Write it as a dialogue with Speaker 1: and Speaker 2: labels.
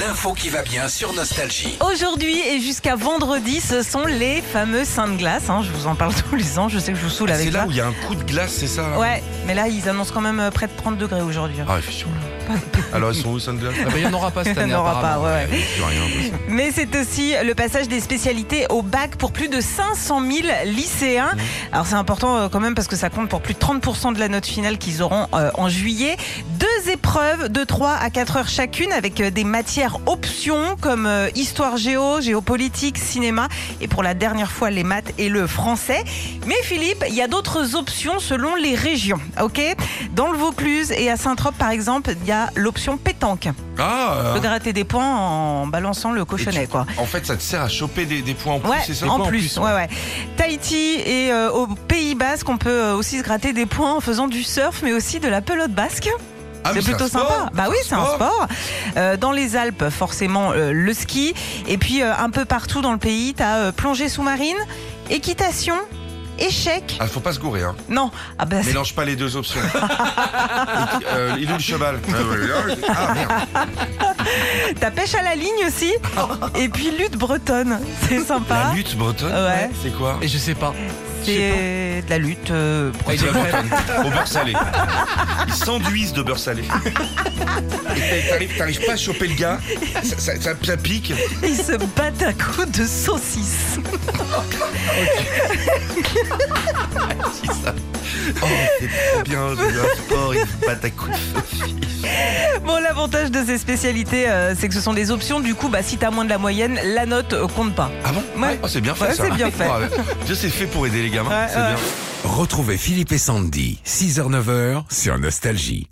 Speaker 1: L'info qui va bien sur Nostalgie.
Speaker 2: Aujourd'hui et jusqu'à vendredi, ce sont les fameux saints de glace. hein. Je vous en parle tous les ans. Je sais que je vous saoule
Speaker 3: Ah,
Speaker 2: Bah, avec
Speaker 3: C'est là
Speaker 2: ça.
Speaker 3: où il y a un coup de glace, c'est ça là
Speaker 2: Ouais, mais là, ils annoncent quand même euh, près de 30 degrés aujourd'hui. hein.
Speaker 3: Ah, ils sont là. Alors, ils sont où, Sandglass
Speaker 4: Ah bah, Il n'y en aura pas cette
Speaker 2: Il y en
Speaker 4: année.
Speaker 2: aura pas,
Speaker 4: apparemment.
Speaker 2: ouais, ouais.
Speaker 3: Plus rien, impossible.
Speaker 2: Mais c'est aussi le passage des spécialités au bac pour plus de 500 000 lycéens.
Speaker 3: Mmh.
Speaker 2: Alors c'est important euh, quand même parce que ça compte pour plus de 30% de la note finale qu'ils auront euh, en juillet. Deux épreuves de 3 à 4 heures chacune avec euh, des matières options comme euh, histoire géo, géopolitique, cinéma et pour la dernière fois les maths et le français. Mais Philippe, il y a d'autres options selon les régions. ok Dans le Vaucluse et à Saint-Trope par exemple, il y a l'option pétanque.
Speaker 3: Ah
Speaker 2: De
Speaker 3: euh,
Speaker 2: gratter des points en balançant le
Speaker 3: et tu-
Speaker 2: cochonnet quoi.
Speaker 3: En fait, ça te sert à choper des, des points en plus,
Speaker 2: Ouais,
Speaker 3: c'est ça
Speaker 2: en plus. hein. ouais, ouais. Tahiti et euh, au Pays Basque, on peut euh, aussi se gratter des points en faisant du surf, mais aussi de la pelote basque.
Speaker 3: Ah, mais
Speaker 2: c'est plutôt
Speaker 3: un sport.
Speaker 2: sympa. Bah oui, c'est un
Speaker 3: sport.
Speaker 2: sport. Euh, dans les Alpes, forcément, euh, le ski. Et puis, euh, un peu partout dans le pays, t'as euh, plongée sous-marine, équitation, échec.
Speaker 3: Ah, faut pas se gourer, hein.
Speaker 2: Non, ah bah, c'est-
Speaker 3: Mélange pas les deux options. Et- euh, il est où le cheval Ah, ouais, là, Ah, merde.
Speaker 2: t'as pêche à la ligne aussi. et puis, lutte bretonne. C'est
Speaker 3: La
Speaker 2: sympa.
Speaker 3: lutte bretonne
Speaker 2: Ouais.
Speaker 3: C'est quoi
Speaker 4: Et je sais pas.
Speaker 2: C'est de la lutte. euh,
Speaker 4: Ah, il doit le faire.
Speaker 3: Au beurre salé. Ils s'enduisent de beurre salé. Et t'arrives- T'arrives pas à choper le gars, ça, ça- ça- ça pique.
Speaker 2: Ils se battent à coups de saucisse.
Speaker 3: Oh, c'est trop bien, Oh, c'est un sport, ils se battent à coups de feu.
Speaker 2: Bon, l'avantage de ces spécialités, euh, c'est que ce sont des options. Du coup, bah, si t'as moins de la moyenne, la note euh, compte pas.
Speaker 3: Ah bon
Speaker 2: Ouais.
Speaker 3: Oh, c'est bien fait
Speaker 2: Ouais,
Speaker 3: ça.
Speaker 2: c'est bien fait.
Speaker 3: Ah ouais. Dieu, c'est fait pour aider les gamins.
Speaker 2: Ouais,
Speaker 3: c'est
Speaker 2: ouais.
Speaker 3: bien.
Speaker 1: Retrouvez Philippe et Sandy, 6h-9h sur Nostalgie.